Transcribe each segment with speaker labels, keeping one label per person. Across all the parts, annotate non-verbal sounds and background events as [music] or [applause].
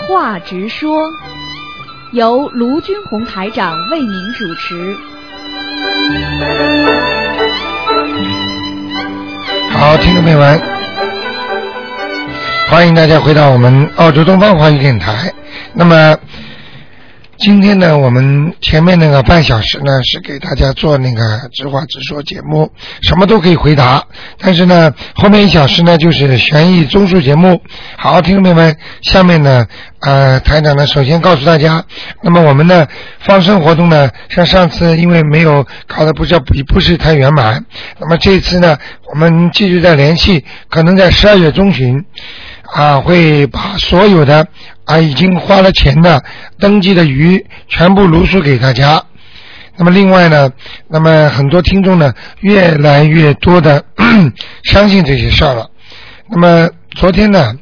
Speaker 1: 话直说，由卢军红台长为您主持。
Speaker 2: 好，听众朋友们，欢迎大家回到我们澳洲东方华语电台。那么今天呢，我们前面那个半小时呢，是给大家做那个直话直说节目，什么都可以回答。但是呢，后面一小时呢，就是悬疑综述节目。好，听众朋友们，下面呢，呃，台长呢，首先告诉大家，那么我们呢，放生活动呢，像上次因为没有搞得不是不不是太圆满，那么这次呢，我们继续再联系，可能在十二月中旬。啊，会把所有的啊已经花了钱的登记的鱼全部如数给大家。那么另外呢，那么很多听众呢越来越多的 [coughs] 相信这些事儿了。那么昨天呢，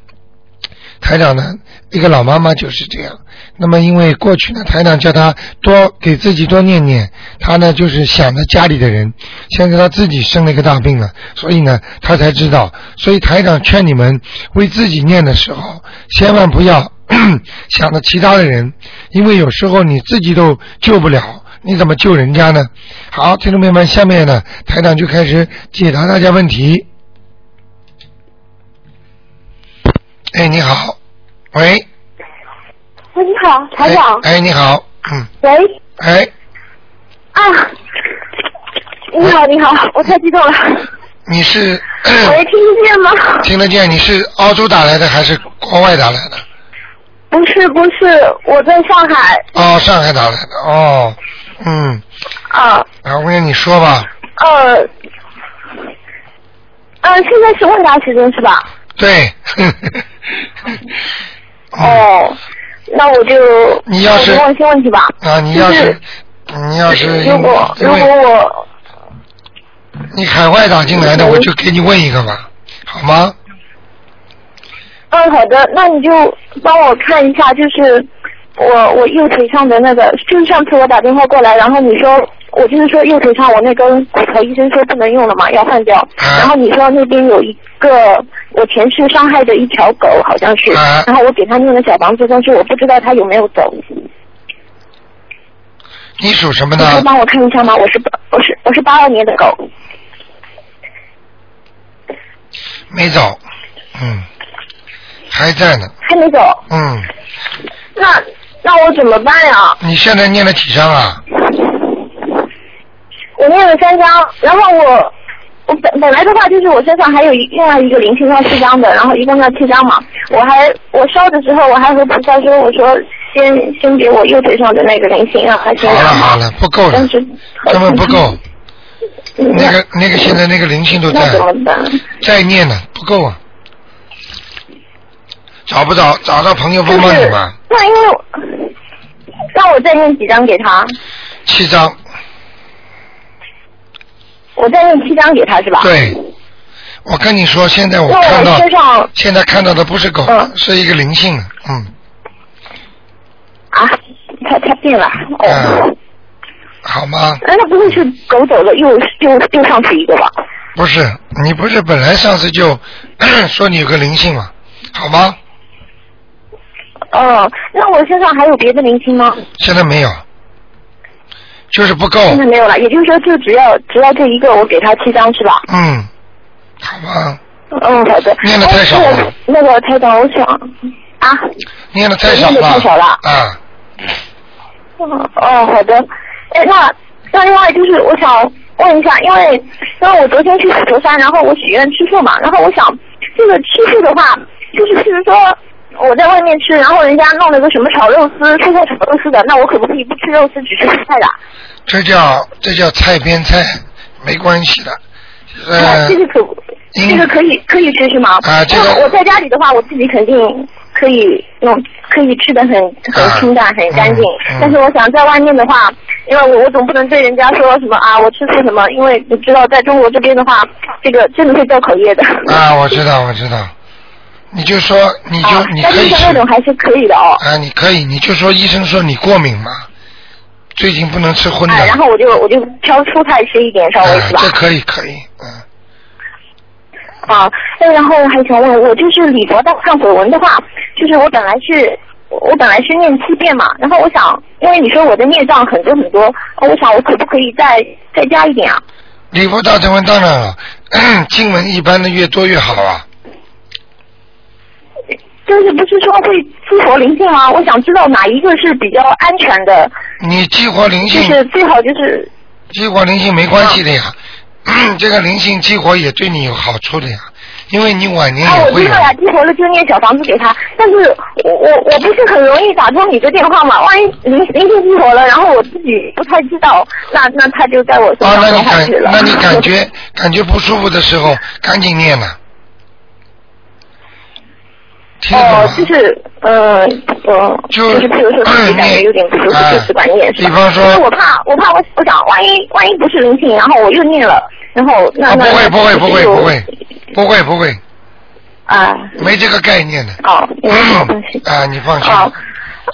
Speaker 2: 台长呢一个老妈妈就是这样。那么因为过去呢，台长叫她多给自己多念念，她呢就是想着家里的人。现在她自己生了一个大病了，啊所以呢，她才知道。所以台长劝你们为自己念的时候，千万不要 [coughs] 想着其他的人，因为有时候你自己都救不了。你怎么救人家呢？好，听众朋友们，下面呢，台长就开始解答大家问题。哎，你好，喂，
Speaker 3: 喂，你好，台
Speaker 2: 哎
Speaker 3: 长。
Speaker 2: 哎，你好，嗯，
Speaker 3: 喂，
Speaker 2: 哎，
Speaker 3: 啊，你好，你好，我太激动了。
Speaker 2: 你是
Speaker 3: 喂，听得见吗？
Speaker 2: 听得见？你是澳洲打来的还是国外打来的？
Speaker 3: 不是，不是，我在上海
Speaker 2: 哦，上海打来的。哦，嗯，
Speaker 3: 啊，
Speaker 2: 啊，我跟你说吧，
Speaker 3: 呃，呃，现在是问答时间是吧？
Speaker 2: 对，嗯
Speaker 3: 哦，那我就
Speaker 2: 你要是
Speaker 3: 我就问些问题吧。
Speaker 2: 啊，你要是你要是
Speaker 3: 如果
Speaker 2: 因
Speaker 3: 如果
Speaker 2: 为
Speaker 3: 我
Speaker 2: 你海外打进来的，我就给你问一个吧，好吗？
Speaker 3: 嗯，好的，那你就帮我看一下，就是我我右腿上的那个，就是上次我打电话过来，然后你说我就是说右腿上我那根骨头，医生说不能用了嘛，要换掉。
Speaker 2: 啊
Speaker 3: 然后你说那边有一个我前世伤害的一条狗，好像是，
Speaker 2: 啊
Speaker 3: 然后我给他弄了小房子，但是我不知道他有没有走，
Speaker 2: 你属什么
Speaker 3: 你可以
Speaker 2: 的？
Speaker 3: 帮我看一下吗？我是我是我是八二年的狗，
Speaker 2: 没走，嗯，还在呢，
Speaker 3: 还没走，
Speaker 2: 嗯，
Speaker 3: 那那我怎么办呀？
Speaker 2: 你现在念了几张啊？
Speaker 3: 我念了三张，然后我我本本来的话就是我身上还有一另外一个灵性要七张的，然后一共要七张嘛。我还我烧的时候我还和菩萨说，我说先先给我右腿上的那个灵性让啊他先
Speaker 2: 好了
Speaker 3: 拿嘛
Speaker 2: 好了，不够了
Speaker 3: 但，是
Speaker 2: 根本不够。
Speaker 3: 嗯
Speaker 2: 那个那个现在那个灵性都
Speaker 3: 那
Speaker 2: 在
Speaker 3: 那怎么办？
Speaker 2: 在念呢，不够啊。找不找找到朋友
Speaker 3: 就
Speaker 2: 帮帮你
Speaker 3: 是
Speaker 2: 吗？
Speaker 3: 那因为我那我再念几张给他，
Speaker 2: 七张，
Speaker 3: 我再念七张给他是吧？。
Speaker 2: 对。我跟你说，现在我
Speaker 3: 那
Speaker 2: 看
Speaker 3: 我
Speaker 2: 到
Speaker 3: 身上
Speaker 2: 现在看到的不是狗，
Speaker 3: 嗯
Speaker 2: 是一个灵性了，嗯，
Speaker 3: 啊，他他病了哦。
Speaker 2: 嗯好吗？
Speaker 3: 哎那那不会是狗走了又又又上去一个吧？
Speaker 2: 不是，你不是本来上次就 [clears throat] 说你有个灵性嘛，好吗？
Speaker 3: 哦，那我身上还有别的明星吗？
Speaker 2: 现在没有，就是不够，
Speaker 3: 现在没有了，也就是说，就只要只要这一个，我给他七张是吧？
Speaker 2: 嗯，好吗？
Speaker 3: 嗯，好的。
Speaker 2: 念得太少了
Speaker 3: 哎那个那个台长，我想啊，
Speaker 2: 念的太少了，
Speaker 3: 念得太少了
Speaker 2: 啊，
Speaker 3: 哦，好的。哎，那那另外就是我想问一下，因为因为我昨天去虎头山，然后我许愿吃素嘛，然后我想这个吃素的话，就是譬如说。我在外面吃，然后人家弄了个什么炒肉丝，蔬菜炒肉丝的，那我可不可以不吃肉丝，只吃蔬菜的？
Speaker 2: 这叫这叫菜边菜，没关系的，
Speaker 3: 那
Speaker 2: 呃
Speaker 3: 这，个可不
Speaker 2: 嗯
Speaker 3: 这个可以可以吃是吗？
Speaker 2: 啊这个
Speaker 3: 那我在家里的话，我自己肯定可以弄，可以吃的很
Speaker 2: 啊
Speaker 3: 很清淡、很干净、
Speaker 2: 嗯嗯
Speaker 3: 但是我想在外面的话，因为我我总不能对人家说什么啊，我吃素什么，因为你知道，在中国这边的话，这个真的会造口业的。
Speaker 2: 啊，我知道，我知道，你就说你就、
Speaker 3: [laughs] 啊
Speaker 2: 你
Speaker 3: 但
Speaker 2: 可
Speaker 3: 是
Speaker 2: 以吃
Speaker 3: 像那种还是可以的哦。
Speaker 2: 啊，你可以，你就说医生说你过敏嘛，最近不能吃荤的，
Speaker 3: 哎，然后我就我就挑蔬菜吃一点，稍微
Speaker 2: 啊
Speaker 3: 是吧？
Speaker 2: 这可以可以，嗯，
Speaker 3: 啊，哎，然后我还想问，我就是礼佛大忏悔文的话，就是我本来是我我本来是念七遍嘛，然后我想，因为你说我的孽障很多很多，我想我可不可以再再加一点啊？
Speaker 2: 礼佛大乘文当然了，经文一般的越多越好啊。
Speaker 3: 就是不是说会激活灵性吗？我想知道哪一个是比较安全的，
Speaker 2: 你激活灵
Speaker 3: 就
Speaker 2: 性，
Speaker 3: 是最好就是
Speaker 2: 激活灵性没关系的
Speaker 3: 啊
Speaker 2: 呀。嗯这个灵性激活也对你有好处的呀，因为你晚年
Speaker 3: 啊，
Speaker 2: 也
Speaker 3: 我
Speaker 2: 会
Speaker 3: 知
Speaker 2: 有。
Speaker 3: 道呀，激活了就念小房子给他，但是我我我不是很容易打通你的电话嘛，万一灵灵性激活了，然后我自己不太知道，那那他就在我身
Speaker 2: 啊，
Speaker 3: 上
Speaker 2: 那
Speaker 3: 有
Speaker 2: 你
Speaker 3: 害
Speaker 2: 感
Speaker 3: 去了。
Speaker 2: 那你感觉感觉不舒服的时候，赶紧念呐。听得懂
Speaker 3: 哦
Speaker 2: 吗，？
Speaker 3: 就是呃呃，
Speaker 2: 就
Speaker 3: 就是譬如说自己感觉有点不舒服，
Speaker 2: 哎
Speaker 3: 就只管念是吧？
Speaker 2: 比方说
Speaker 3: 因为我怕我怕我我想万一万一不是灵性，然后我又念了，然后那
Speaker 2: 啊，不
Speaker 3: 那
Speaker 2: 会不会不会
Speaker 3: 就
Speaker 2: 不会不会不会，
Speaker 3: 啊
Speaker 2: 没这个概念的。
Speaker 3: 哦，因为我东西
Speaker 2: [clears throat] 啊，你放心，
Speaker 3: 哦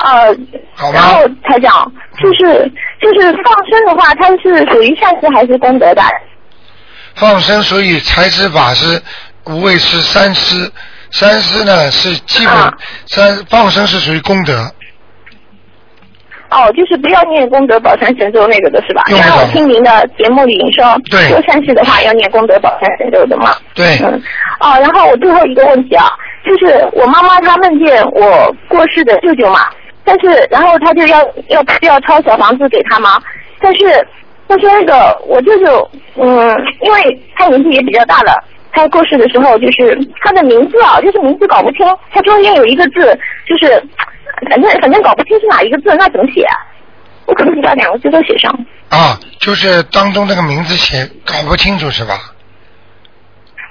Speaker 3: 呃，
Speaker 2: 好
Speaker 3: 然
Speaker 2: 吗
Speaker 3: 后？台长，就是就是放生的话，它是属于善事还是功德的？
Speaker 2: 放生属于财施、法施、无畏施、三施。三施呢是基本，
Speaker 3: 啊
Speaker 2: 三放生是属于功德，
Speaker 3: 哦，就是不要念功德宝山神咒那个的是吧？
Speaker 2: 用
Speaker 3: 因
Speaker 2: 不
Speaker 3: 为
Speaker 2: 着
Speaker 3: 我听您的节目里说，
Speaker 2: 对
Speaker 3: 做善事的话要念功德宝山神咒的嘛。
Speaker 2: 对，
Speaker 3: 嗯，哦，然后我最后一个问题啊，就是我妈妈她梦见我过世的舅舅嘛，但是然后她就要要要抄小房子给她嘛，但是但是那个我舅舅，嗯，因为他年纪也比较大了。他过世的时候，就是他的名字啊，就是名字搞不清，他中间有一个字，就是反正反正搞不清是哪一个字，那怎么写、啊？我可不可以把两个字都写上？
Speaker 2: 啊，就是当中那个名字写搞不清楚是吧？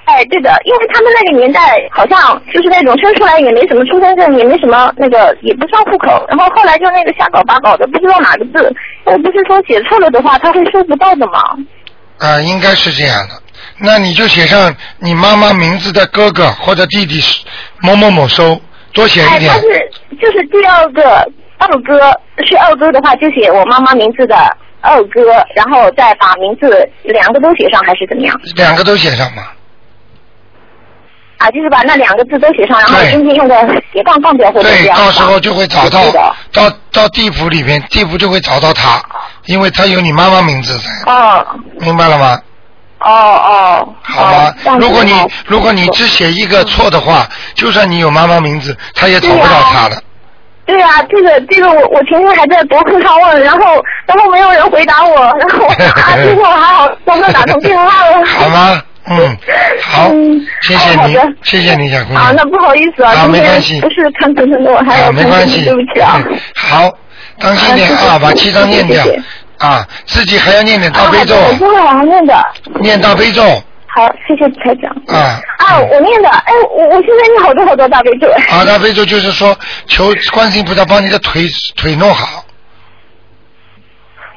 Speaker 3: 哎，对的，因为他们那个年代好像就是那种生出来也没什么出生证，也没什么那个，也不上户口，然后后来就那个瞎搞八搞的，不知道哪个字，我不是说写错了的话他会收不到的嘛。
Speaker 2: 啊，应该是这样的。那你就写上你妈妈名字的哥哥或者弟弟某某某收，多写一
Speaker 3: 哎，
Speaker 2: 点
Speaker 3: 他。是就是第二个二哥是二哥的话，就写我妈妈名字的二哥，然后再把名字两个都写上，还是怎么样？
Speaker 2: 两个都写上嘛。
Speaker 3: 啊，就是把那两个字都写上，然后
Speaker 2: 对
Speaker 3: 中间用个斜杠杠掉或者这
Speaker 2: 对，
Speaker 3: 样。
Speaker 2: 到时候就会找
Speaker 3: 对
Speaker 2: 到
Speaker 3: 的，
Speaker 2: 到到地府里边，地府就会找到他，因为他有你妈妈名字在，
Speaker 3: 哦
Speaker 2: 明白了吗？
Speaker 3: 哦哦。
Speaker 2: 好
Speaker 3: 哦
Speaker 2: 吧，
Speaker 3: 这样子
Speaker 2: 如果你
Speaker 3: 好
Speaker 2: 如果你只写一个错的话，就算你有妈妈名字，他也找不到他的。
Speaker 3: 对啊，这个这个我我前天还在博客上问，然后然后没有人回答我，然后啊，最后还好帮他打通电话
Speaker 2: [laughs]
Speaker 3: 了。
Speaker 2: 好吗？嗯，好
Speaker 3: 嗯，
Speaker 2: 谢谢
Speaker 3: 好
Speaker 2: 你
Speaker 3: 的，
Speaker 2: 谢谢你，小姑
Speaker 3: 啊，
Speaker 2: 娘。
Speaker 3: 那不好意思
Speaker 2: 啊
Speaker 3: 今
Speaker 2: 没关
Speaker 3: 天
Speaker 2: 系
Speaker 3: 不是看腾腾的，我还
Speaker 2: 啊，
Speaker 3: 有
Speaker 2: 没
Speaker 3: 看腾
Speaker 2: 关
Speaker 3: 腾
Speaker 2: 系，
Speaker 3: 对不起啊。
Speaker 2: 嗯好，当心点啊，
Speaker 3: 啊
Speaker 2: 把
Speaker 3: 谢
Speaker 2: 七
Speaker 3: 谢
Speaker 2: 张念掉
Speaker 3: 谢谢
Speaker 2: 啊，自己还要念点
Speaker 3: 啊，
Speaker 2: 大悲咒，
Speaker 3: 我知道了，念的。
Speaker 2: 念大悲咒
Speaker 3: 好，谢谢台长。
Speaker 2: 啊。
Speaker 3: 啊，我念的，哎，我我现在念好多好多大悲咒。
Speaker 2: 啊，大悲咒就是说求观世音菩萨帮你的腿腿弄好，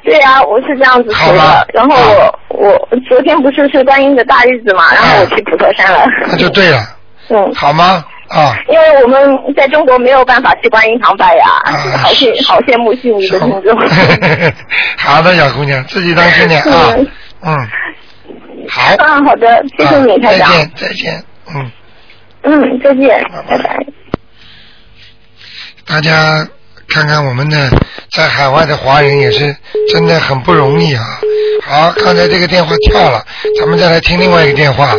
Speaker 3: 对啊，我是这样子
Speaker 2: 好
Speaker 3: 说
Speaker 2: 吧
Speaker 3: 的。然后
Speaker 2: 啊
Speaker 3: 我我昨天不是是观音的大日子嘛，然后我去普陀山了。
Speaker 2: 那就对了，
Speaker 3: [laughs] 嗯。
Speaker 2: 好吗？啊，
Speaker 3: 因为我们在中国没有办法去观音堂拜呀，
Speaker 2: 啊
Speaker 3: [laughs] 好羡好羡慕悉尼的
Speaker 2: [laughs]
Speaker 3: 听众。
Speaker 2: 好的，小姑娘，自己当心点啊。嗯，好，
Speaker 3: [laughs] 嗯，好的，谢谢你，
Speaker 2: 哎啊
Speaker 3: 台长
Speaker 2: 再。见，再见，嗯。
Speaker 3: 嗯，再见
Speaker 2: 拜，拜
Speaker 3: 拜拜。
Speaker 2: 大家看看我们的在海外的华人也是真的很不容易啊。好，刚才这个电话跳了，咱们再来听另外一个电话。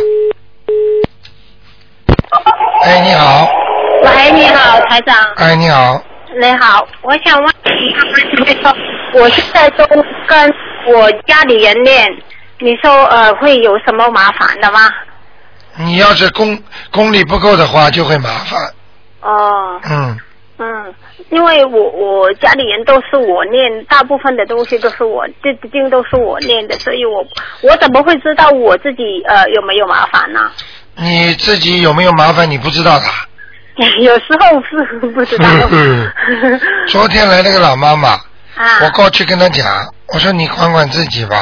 Speaker 2: 哎，你好，
Speaker 4: 喂，你好，台长，
Speaker 2: 哎，你好，
Speaker 4: 你好，我想问你，我现在都跟我家里人练，你说呃会有什么麻烦的吗？
Speaker 2: 你要是功功力不够的话，就会麻烦。
Speaker 4: 哦，
Speaker 2: 嗯，
Speaker 4: 嗯，因为我我家里人都是我念，大部分的东西都是我这经都是我念的，所以我我怎么会知道我自己呃有没有麻烦呢？
Speaker 2: 你自己有没有麻烦你不知道的。
Speaker 4: 有时候是不知道
Speaker 2: 昨天来了个老妈妈，
Speaker 4: [laughs] 啊
Speaker 2: 嗯我过去跟她讲，我说你管管自己吧，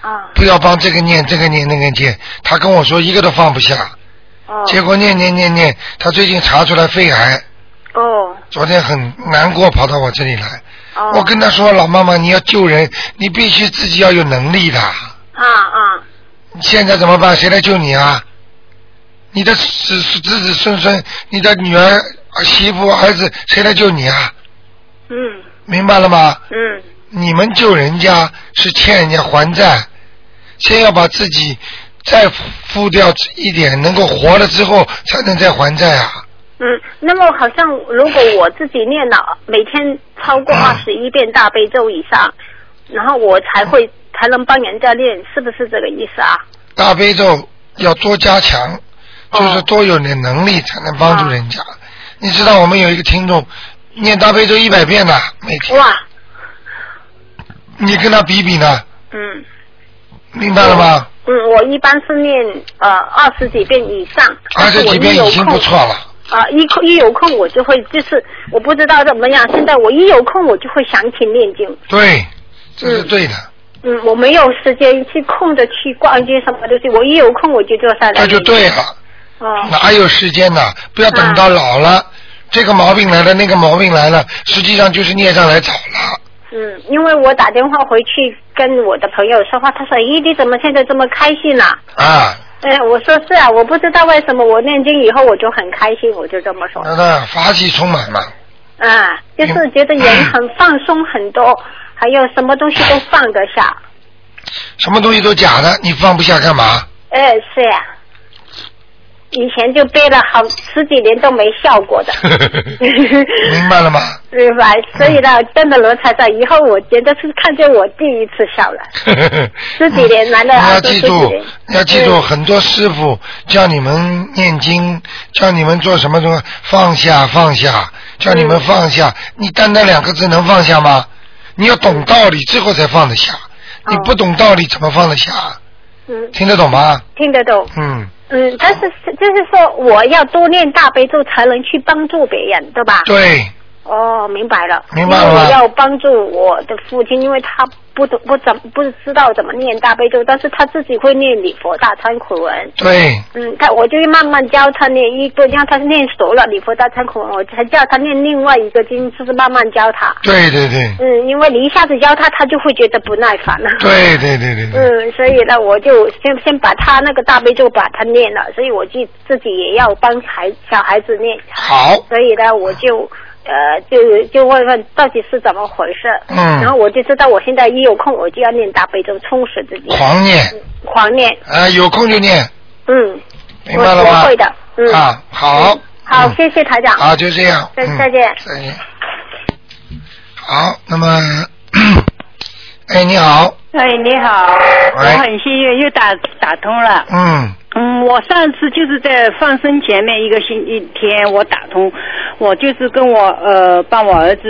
Speaker 4: 啊
Speaker 2: 不要帮这个念这个念那个念。她跟我说一个都放不下。
Speaker 4: 哦
Speaker 2: 结果念念念念，他最近查出来肺癌，
Speaker 4: 哦
Speaker 2: 昨天很难过，跑到我这里来。
Speaker 4: 哦
Speaker 2: 我跟他说：“老妈妈，你要救人，你必须自己要有能力的。
Speaker 4: 啊啊
Speaker 2: 现在怎么办？谁来救你啊？你的子子子子孙孙，你的女儿媳妇、儿子，谁来救你啊？
Speaker 4: 嗯
Speaker 2: 明白了吗？
Speaker 4: 嗯
Speaker 2: 你们救人家是欠人家还债，先要把自己再付掉一点，能够活了之后才能再还债啊。
Speaker 4: 嗯。那么好像如果我自己念了每天超过
Speaker 2: 啊
Speaker 4: 二十一遍大悲咒以上，然后我才会才能帮人家念，是不是这个意思啊？
Speaker 2: 大悲咒要多加强，
Speaker 4: 哦啊
Speaker 2: 就是多有点能力才能帮助人家。你知道我们有一个听众念大悲
Speaker 4: 嗯
Speaker 2: 咒一百遍呢，每天
Speaker 4: 哇，
Speaker 2: 你跟他比比呢，
Speaker 4: 嗯。
Speaker 2: 明白了吗？
Speaker 4: 嗯，我一般是念呃二十几遍以上，
Speaker 2: 二
Speaker 4: 但
Speaker 2: 十
Speaker 4: 是我
Speaker 2: 几
Speaker 4: 一
Speaker 2: 遍
Speaker 4: 有
Speaker 2: 已
Speaker 4: 空
Speaker 2: 经不错了。
Speaker 4: 啊、一空一有空我就会，就是我不知道怎么样，现在我一有空我就会想起念经。
Speaker 2: 对，这是对的。
Speaker 4: 嗯，我没有时间去空着去逛街什么东西，我一有空我就坐下来。
Speaker 2: 那就。对了，
Speaker 4: 哦，
Speaker 2: 哪有时间呢？不要等到老
Speaker 4: 嗯
Speaker 2: 了，这个毛病来了，那个毛病来了，实际上就是孽障来找了。
Speaker 4: 嗯，因为我打电话回去跟我的朋友说话，他说：“咦，你怎么现在这么开心啊
Speaker 2: 啊，？”
Speaker 4: 哎，我说是啊，我不知道为什么我念经以后我就很开心，我就这么说。
Speaker 2: 那那法喜充满嘛，
Speaker 4: 啊，就是觉得人很放松很多，还有什么东西都放得下。
Speaker 2: 什么东西都假的，你放不下干嘛？ [laughs]
Speaker 4: 哎，是呀、以前就背了好十几年都没效
Speaker 2: [laughs]
Speaker 4: 果的。
Speaker 2: 明白了吗？
Speaker 4: 明白，所以呢，真的罗台长，以后我觉得是看见我第一次笑了。十几年来
Speaker 2: [laughs]
Speaker 4: 了
Speaker 2: 你要
Speaker 4: 啊，都
Speaker 2: 记
Speaker 4: 十
Speaker 2: 住
Speaker 4: 几年，
Speaker 2: 你要记住，
Speaker 4: 对
Speaker 2: 很多师傅叫你们念经，叫你们做什么什么，放下放下，叫你
Speaker 4: 嗯
Speaker 2: 们放下。你单单两个字能放下吗？你要懂道理之后才放得下，你不懂道理怎么放得下？
Speaker 4: 嗯，
Speaker 2: 听得懂吗？
Speaker 4: 听得懂。
Speaker 2: 嗯，
Speaker 4: 嗯，但是是就是说，我要多念大悲咒，才能去帮助别人，对吧？
Speaker 2: 对，
Speaker 4: 哦，明白了。
Speaker 2: 明白了
Speaker 4: 因为
Speaker 2: 吗
Speaker 4: 我要帮助我的父亲，因为他不懂不怎不知道怎么念大悲咒，但是他自己会念礼佛大忏悔文。
Speaker 2: 对，
Speaker 4: 嗯，他我就慢慢教他念一个，让他念熟了礼佛大忏悔文，我才叫他念另外一个经，就是慢慢教他。
Speaker 2: 对对对，
Speaker 4: 嗯，因为你一下子教他，他就会觉得不耐烦了。
Speaker 2: 对对对对对，
Speaker 4: 嗯，所以呢，我就先先把他那个大悲咒把他念了，所以我就自己也要帮孩小孩子念。
Speaker 2: 好，
Speaker 4: 所以呢，我就呃就就问问到底是怎么回事。
Speaker 2: 嗯
Speaker 4: 然后我就知道，我现在一有空我就要念大悲咒，充实自己，
Speaker 2: 狂念，
Speaker 4: 狂念。
Speaker 2: 啊、有空就念，
Speaker 4: 嗯，
Speaker 2: 明
Speaker 4: 我
Speaker 2: 白了
Speaker 4: 我
Speaker 2: 吗？
Speaker 4: 会的。嗯。
Speaker 2: 啊，好，
Speaker 4: 好
Speaker 2: 嗯，
Speaker 4: 谢谢台长。
Speaker 2: 好，就这样。
Speaker 4: 再
Speaker 2: 嗯
Speaker 4: 再见
Speaker 2: 再见。好，那么， [clears throat] 哎，你好，
Speaker 5: 哎，你好，我
Speaker 2: 喂
Speaker 5: 很幸运又打打通了。
Speaker 2: 嗯，
Speaker 5: 嗯，我上次就是在放生前面一个星期天我打通，我就是跟我呃帮我儿子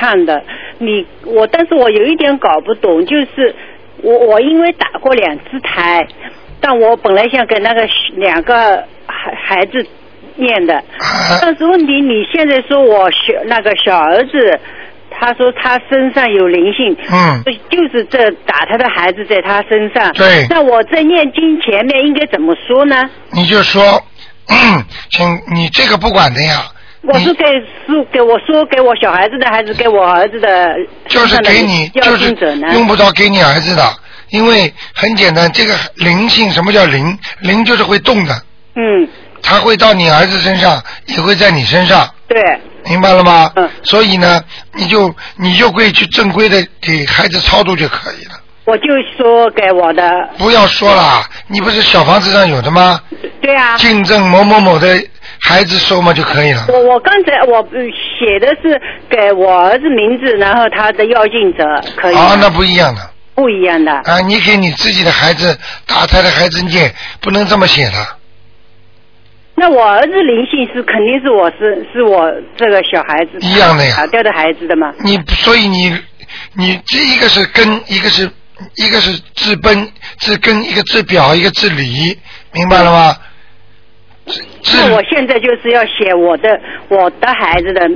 Speaker 5: 看的。你我，但是我有一点搞不懂，就是我我因为打过两次胎，但我本来想给那个两个孩孩子念的，
Speaker 2: 啊，
Speaker 5: 但是问题，你现在说我小那个小儿子，他说他身上有灵性，
Speaker 2: 嗯，
Speaker 5: 就是这打他的孩子在他身上。
Speaker 2: 对
Speaker 5: 那我在念经前面应该怎么说呢？
Speaker 2: 你就说， [clears throat] 请你这个不管的呀，
Speaker 5: 我
Speaker 2: 你
Speaker 5: 是给是给我说给我小孩子的，还是给我儿子的？
Speaker 2: 就是
Speaker 5: 身上的
Speaker 2: 给你，
Speaker 5: 要
Speaker 2: 就是
Speaker 5: 经者呢？
Speaker 2: 用不着给你儿子的，因为很简单，这个灵性什么叫灵？灵就是会动的，
Speaker 5: 嗯，
Speaker 2: 它会到你儿子身上，也会在你身上，
Speaker 5: 对，
Speaker 2: 明白了吗？
Speaker 5: 嗯
Speaker 2: 所以呢，你就你就会去正规的给孩子操作就可以了，
Speaker 5: 我就说给我的，
Speaker 2: 不要说了，你不是小房子上有的吗？
Speaker 5: 对啊。
Speaker 2: 竞争某某某的孩子收嘛就可以了。
Speaker 5: 我我刚才我呃写的是给我儿子名字，然后他的要经者可以吗
Speaker 2: 啊，那不一样的
Speaker 5: 不一样的。
Speaker 2: 啊！你给你自己的孩子打胎的孩子念，不能这么写的。
Speaker 5: 那我儿子灵性是肯定是我是是我这个小孩子
Speaker 2: 一样的呀
Speaker 5: 打掉的孩子的嘛？
Speaker 2: 你所以你你这一个是根，一个是一个是治本治根，一个治表，一个治理，明白了吗？治
Speaker 5: 那我
Speaker 2: 治
Speaker 5: 现在就是要写我的我的孩子的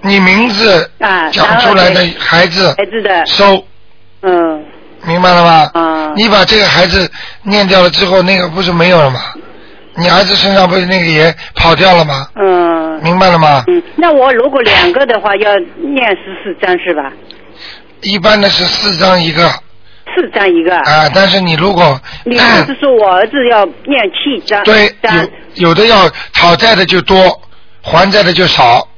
Speaker 2: 你名字
Speaker 5: 啊，然
Speaker 2: 讲
Speaker 5: 后
Speaker 2: 出来的
Speaker 5: 给
Speaker 2: 孩子
Speaker 5: 孩子的，
Speaker 2: 收，
Speaker 5: 嗯
Speaker 2: 明白了吗？
Speaker 5: 啊，
Speaker 2: 你把这个孩子念掉了之后，那个不是没有了吗？你儿子身上不是那个也跑掉了吗？
Speaker 5: 嗯
Speaker 2: 明白了吗？
Speaker 5: 嗯，那我如果两个的话，要念十四章是吧？
Speaker 2: 一般的是四张一个啊、
Speaker 5: 四章一个。啊
Speaker 2: 但是你如果
Speaker 5: 你是说我儿子要念七章？
Speaker 2: [clears throat] 对
Speaker 5: 章
Speaker 2: 有有的要讨债的就多，还债的就少。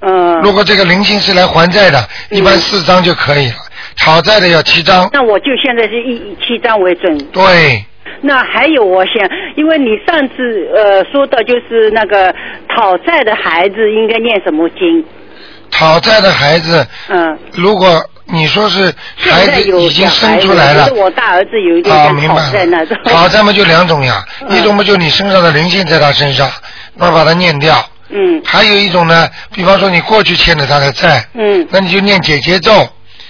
Speaker 5: 嗯。
Speaker 2: 如果这个灵性是来还债的，一般四张就可以了，讨债的要七张。
Speaker 5: 那我就现在是以以七张为准。
Speaker 2: 对，
Speaker 5: 那还有，我想，因为你上次呃说到就是那个讨债的孩子应该念什么经？
Speaker 2: 讨债的孩子，
Speaker 5: 嗯，
Speaker 2: 如果你说是
Speaker 5: 现
Speaker 2: 孩
Speaker 5: 在
Speaker 2: 子
Speaker 5: 有
Speaker 2: 已经
Speaker 5: 小
Speaker 2: 生
Speaker 5: 孩
Speaker 2: 出来
Speaker 5: 我
Speaker 2: 了
Speaker 5: 觉，得我大儿子有一点
Speaker 2: 啊，
Speaker 5: 像
Speaker 2: 明
Speaker 5: 讨
Speaker 2: 白
Speaker 5: 债那
Speaker 2: 了
Speaker 5: 种。。
Speaker 2: 讨债嘛就两种呀，
Speaker 5: 嗯
Speaker 2: 一种嘛就你身上的灵性在他身上，那把它念掉；
Speaker 5: 嗯
Speaker 2: 还有一种呢，比方说你过去欠了他的债，
Speaker 5: 嗯，
Speaker 2: 那你就念解结咒，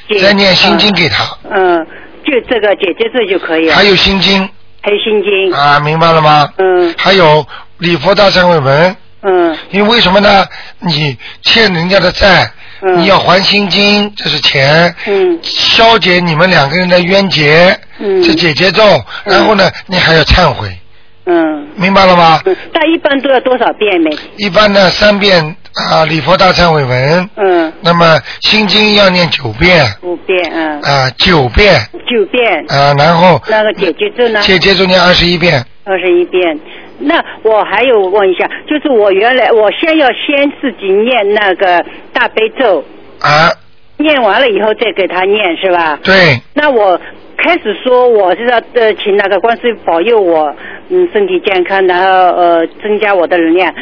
Speaker 5: 姐
Speaker 2: 再念心经。给他，
Speaker 5: 嗯，嗯就这个姐姐这就可以了。
Speaker 2: 还有心经
Speaker 5: 还有心经。
Speaker 2: 啊，明白了吗？
Speaker 5: 嗯
Speaker 2: 还有礼佛大忏悔文，
Speaker 5: 嗯
Speaker 2: 因为什么呢？你欠人家的债，
Speaker 5: 嗯。
Speaker 2: 你要还心经，这是钱，
Speaker 5: 嗯
Speaker 2: 消解你们两个人的冤结，
Speaker 5: 嗯
Speaker 2: 这解结咒，然后呢，你还要忏悔，
Speaker 5: 嗯。
Speaker 2: 明白了吗？
Speaker 5: 嗯，但一般都要多少遍呢？
Speaker 2: 一般呢三遍啊礼佛大忏悔文，
Speaker 5: 嗯，
Speaker 2: 那么心经要念九遍
Speaker 5: 五遍，嗯，
Speaker 2: 啊九遍
Speaker 5: 九遍。
Speaker 2: 啊，然后
Speaker 5: 那个姐姐咒呢？
Speaker 2: 姐姐咒念二十一遍，
Speaker 5: 二十一遍。那我还有问一下，就是我原来我先要先自己念那个大悲咒，
Speaker 2: 啊
Speaker 5: 念完了以后再给他念是吧？
Speaker 2: 对
Speaker 5: 那我开始说我是要呃请那个观世音保佑我嗯身体健康，然后呃增加我的能量。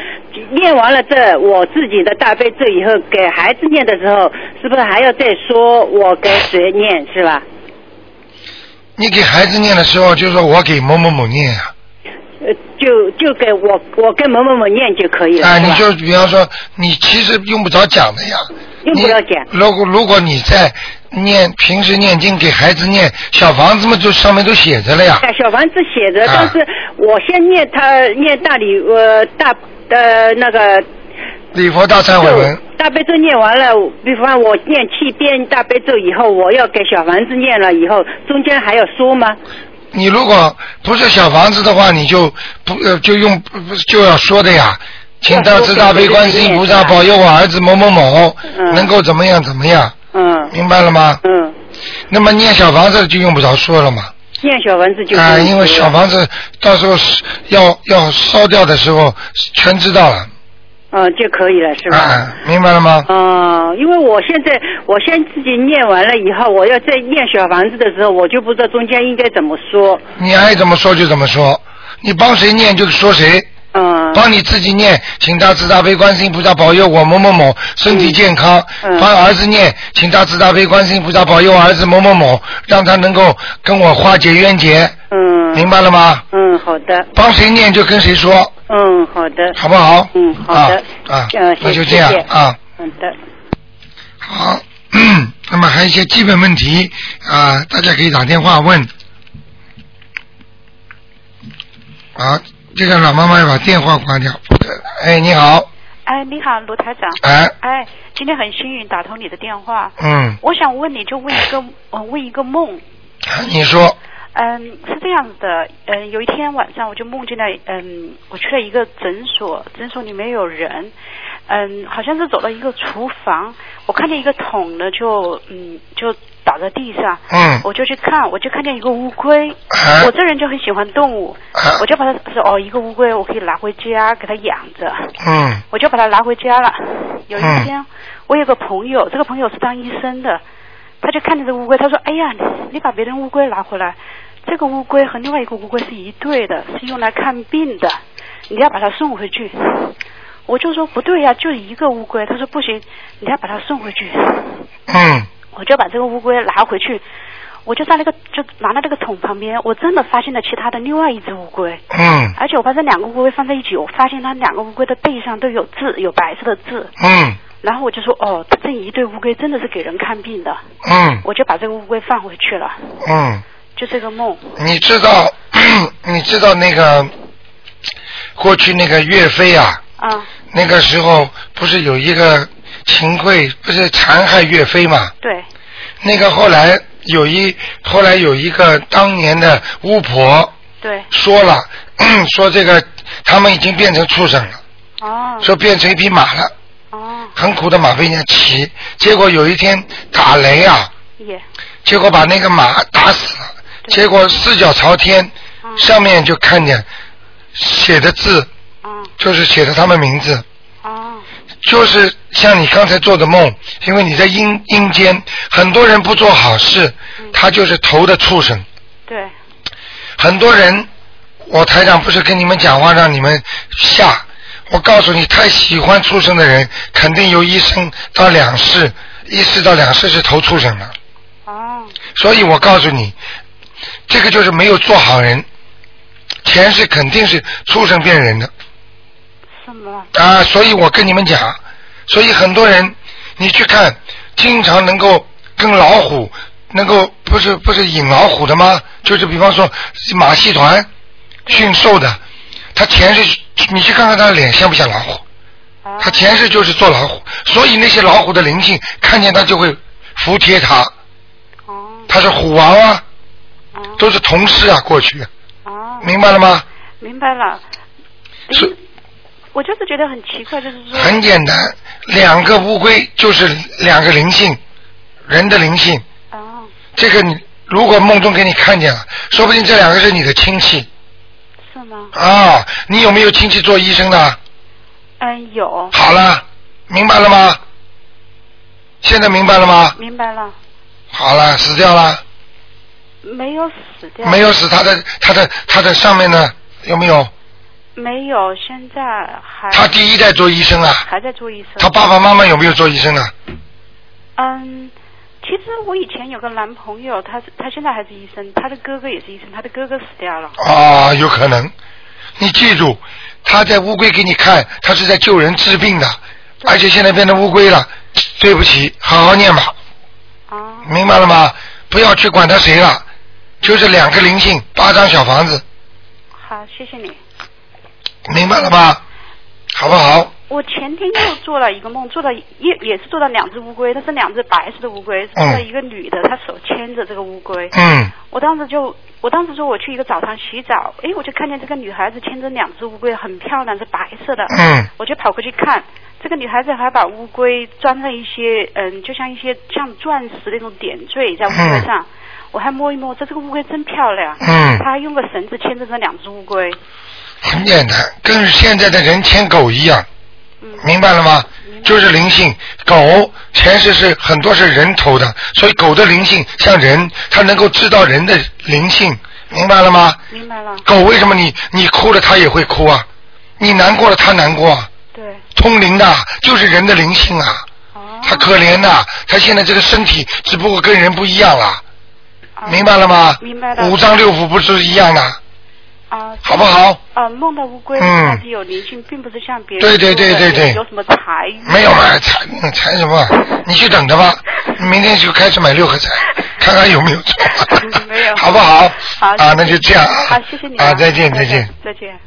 Speaker 5: 念完了这我自己的大悲咒以后，给孩子念的时候，是不是还要再说我给谁念是吧？
Speaker 2: 你给孩子念的时候就说我给某某某念啊，
Speaker 5: 呃，就就给我我跟某某某念就可以了，
Speaker 2: 啊
Speaker 5: 是吧
Speaker 2: 你就比方说你其实用不着讲的呀，
Speaker 5: 用不
Speaker 2: 你
Speaker 5: 要讲。
Speaker 2: 如果如果你在念平时念经给孩子念小房子嘛，就上面都写着了呀，
Speaker 5: 哎，小房子写着，
Speaker 2: 啊
Speaker 5: 但是我先念他念大理呃大呃那个
Speaker 2: 礼佛大忏悔文
Speaker 5: 咒，大悲咒念完了，比方我念七遍大悲咒以后，我要给小房子念了以后，中间还要说吗？
Speaker 2: 你如果不是小房子的话，你就不呃就用不就要说的呀，请大慈大悲观世音菩萨保佑我儿子某某某
Speaker 5: 嗯
Speaker 2: 能够怎么样怎么样，
Speaker 5: 嗯
Speaker 2: 明白了吗？
Speaker 5: 嗯，
Speaker 2: 那么念小房子就用不着说了嘛，
Speaker 5: 念小房子就
Speaker 2: 啊，
Speaker 5: 可以
Speaker 2: 因为小房子到时候是要要烧掉的时候全知道了，
Speaker 5: 嗯就可以了是吧？
Speaker 2: 啊，明白了吗？
Speaker 5: 哦，因为我现在我先自己念完了以后，我要再念小房子的时候，我就不知道中间应该怎么说。
Speaker 2: 你爱怎么说就怎么说，你帮谁念就说谁。
Speaker 5: 嗯，
Speaker 2: 帮你自己念，请大慈大悲观世音菩萨保佑我某某某身体健康。
Speaker 5: 嗯嗯
Speaker 2: 帮儿子念，请大慈大悲观世音菩萨保佑儿子某某某，让他能够跟我化解冤结，
Speaker 5: 嗯
Speaker 2: 明白了吗？
Speaker 5: 嗯，好的，
Speaker 2: 帮谁念就跟谁说，
Speaker 5: 嗯好的，
Speaker 2: 好不好？
Speaker 5: 嗯好的
Speaker 2: 啊啊
Speaker 5: 嗯，
Speaker 2: 那就
Speaker 5: 谢
Speaker 2: 这样
Speaker 5: 谢
Speaker 2: 啊。
Speaker 5: 好的。
Speaker 2: 好， [clears throat] 那么还有一些基本问题啊、大家可以打电话问。好，这个老妈妈要把电话挂掉。哎，你好，
Speaker 6: 哎，你好，卢台长。
Speaker 2: 哎，
Speaker 6: 哎，今天很幸运打通你的电话。
Speaker 2: 嗯，
Speaker 6: 我想问你，就问一个，呃，问一个梦。
Speaker 2: 你说，
Speaker 6: 嗯，是这样子的，嗯，有一天晚上我就梦见了，嗯，我去了一个诊所，诊所里面有人，嗯，好像是走到一个厨房，我看见一个桶呢，就嗯就倒在地上，
Speaker 2: 嗯，
Speaker 6: 我就去看，我就看见一个乌龟，
Speaker 2: 哎
Speaker 6: 我这人就很喜欢动物，
Speaker 2: 哎
Speaker 6: 我就把它说哦，一个乌龟我可以拿回家给它养着，
Speaker 2: 嗯
Speaker 6: 我就把它拿回家了。有一
Speaker 2: 嗯
Speaker 6: 天，我有个朋友，这个朋友是当医生的，他就看着这个乌龟，他说：“哎呀，你把别人乌龟拿回来，这个乌龟和另外一个乌龟是一对的，是用来看病的，你要把它送回去。”我就说不对呀、就一个乌龟。他说不行，你要把它送回去。
Speaker 2: 嗯
Speaker 6: 我就把这个乌龟拿回去，我就在那个就拿到这个桶旁边，我真的发现了其他的另外一只乌龟。
Speaker 2: 嗯
Speaker 6: 而且我把这两个乌龟放在一起，我发现它两个乌龟的背上都有字，有白色的字。
Speaker 2: 嗯
Speaker 6: 然后我就说，哦，这一对乌龟真的是给人看病的，
Speaker 2: 嗯
Speaker 6: 我就把这个乌龟放回去了。
Speaker 2: 嗯，
Speaker 6: 就这个梦，
Speaker 2: 你知道， [clears throat] 你知道那个过去那个岳飞啊，
Speaker 6: 啊
Speaker 2: 那个时候不是有一个秦桧不是残害岳飞嘛？
Speaker 6: 对，
Speaker 2: 那个后来有一后来有一个当年的巫婆
Speaker 6: 对，
Speaker 2: 说了， [clears throat] 说这个他们已经变成畜生了，
Speaker 6: 哦，
Speaker 2: 说变成一匹马了，
Speaker 6: 哦，
Speaker 2: 很苦的马被人家骑，结果有一天打雷啊。
Speaker 6: 也，
Speaker 2: 结果把那个马打死了，
Speaker 6: 对
Speaker 2: 结果四脚朝天，
Speaker 6: 嗯，
Speaker 2: 上面就看见写的字，
Speaker 6: 嗯，
Speaker 2: 就是写的他们名字。
Speaker 6: 哦，
Speaker 2: 就是像你刚才做的梦，因为你在阴阴间，很多人不做好事，他就是头的畜生。
Speaker 6: 对，
Speaker 2: 很多人，我台长不是跟你们讲话让你们下，我告诉你，太喜欢畜生的人，肯定由一生到两世，一世到两世是投畜生的。
Speaker 6: 哦，
Speaker 2: 所以我告诉你，这个就是没有做好人，前世肯定是畜生变人的
Speaker 6: 什么？
Speaker 2: 啊！所以我跟你们讲，所以很多人，你去看，经常能够跟老虎，能够不是不是引老虎的吗？就是比方说马戏团驯兽的，他前世你去看看他的脸像不像老虎？
Speaker 6: 哦，
Speaker 2: 他前世就是做老虎，所以那些老虎的灵性看见他就会服帖他，
Speaker 6: 哦，
Speaker 2: 他是虎王啊，
Speaker 6: 哦，
Speaker 2: 都是同事啊，过去
Speaker 6: 哦，
Speaker 2: 明白了吗？
Speaker 6: 明白了。嗯
Speaker 2: 是
Speaker 6: 我就是觉得很奇怪，就是说，
Speaker 2: 很简单，两个乌龟就是两个灵性，人的灵性。
Speaker 6: 哦，
Speaker 2: 这个你如果梦中给你看见了，说不定这两个是你的亲戚
Speaker 6: 是吗？
Speaker 2: 啊。你有没有亲戚做医生的？
Speaker 6: 嗯，有，
Speaker 2: 好了，明白了吗？现在明白了吗？
Speaker 6: 明白了，
Speaker 2: 好了，死掉了，
Speaker 6: 没有死掉，
Speaker 2: 没有死，他的他的他的上面呢有没有？
Speaker 6: 没有，现在还
Speaker 2: 他第一代做医生啊，
Speaker 6: 还在做医生。
Speaker 2: 他爸爸妈妈有没有做医生啊？
Speaker 6: 嗯，其实我以前有个男朋友，他是他现在还是医生，他的哥哥也是医生，他的哥哥死掉了。
Speaker 2: 啊，有可能。你记住，他在乌龟给你看，他是在救人治病的，而且现在变成乌龟了。对不起，好好念吧，
Speaker 6: 啊，
Speaker 2: 明白了吗？不要去管他谁了，就是两个灵性，八张小房子，
Speaker 6: 好，谢谢你。
Speaker 2: 明白了吗？好不好？
Speaker 6: 我前天又做了一个梦，做到一也也是做到两只乌龟，但是两只白色的乌龟，做到一个女的，她手牵着这个乌龟。
Speaker 2: 嗯，
Speaker 6: 我当时就，我当时说我去一个澡堂洗澡，诶，我就看见这个女孩子牵着两只乌龟，很漂亮，是白色的。
Speaker 2: 嗯
Speaker 6: 我就跑过去看，这个女孩子还把乌龟装上一些，嗯，就像一些像钻石那种点缀在乌龟上。我还摸一摸，这这个乌龟真漂亮。
Speaker 2: 嗯
Speaker 6: 她还用个绳子牵着这两只乌龟。
Speaker 2: 很简单，跟现在的人牵狗一样，
Speaker 6: 嗯，
Speaker 2: 明白了吗？就是灵性，狗前世是很多是人头的，所以狗的灵性像人，它能够知道人的灵性，明白了吗？
Speaker 6: 明白了。
Speaker 2: 狗为什么你你哭了它也会哭啊？你难过了它难过，啊，
Speaker 6: 对。
Speaker 2: 通灵的就是人的灵性啊，
Speaker 6: 哦。
Speaker 2: 它可怜呐、它现在这个身体只不过跟人不一样了，
Speaker 6: 啊
Speaker 2: 明白了吗？
Speaker 6: 明白了
Speaker 2: 五脏六腑不是一样的，
Speaker 6: 啊，
Speaker 2: 好不好？
Speaker 6: 呃，梦到乌龟
Speaker 2: 嗯
Speaker 6: 它是有灵性，并不是像别人
Speaker 2: 对对
Speaker 6: 说的
Speaker 2: 对对对
Speaker 6: 有什么财运，
Speaker 2: 没有买财财什么？你去等着吧，明天就开始买六合彩，看看有没有中
Speaker 6: 没有
Speaker 2: [laughs] 好不好？
Speaker 6: 好
Speaker 2: 啊，那就这样
Speaker 6: 好，谢谢你
Speaker 2: 啊，再见再见。，
Speaker 6: 再见。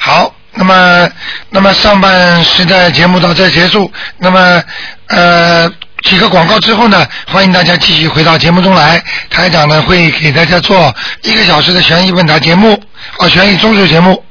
Speaker 2: 好，那么那么上半时的节目到这结束，那么呃几个广告之后呢，欢迎大家继续回到节目中来，哦台长呢会给大家做一个小时的悬疑问答节目，啊悬疑综述节目。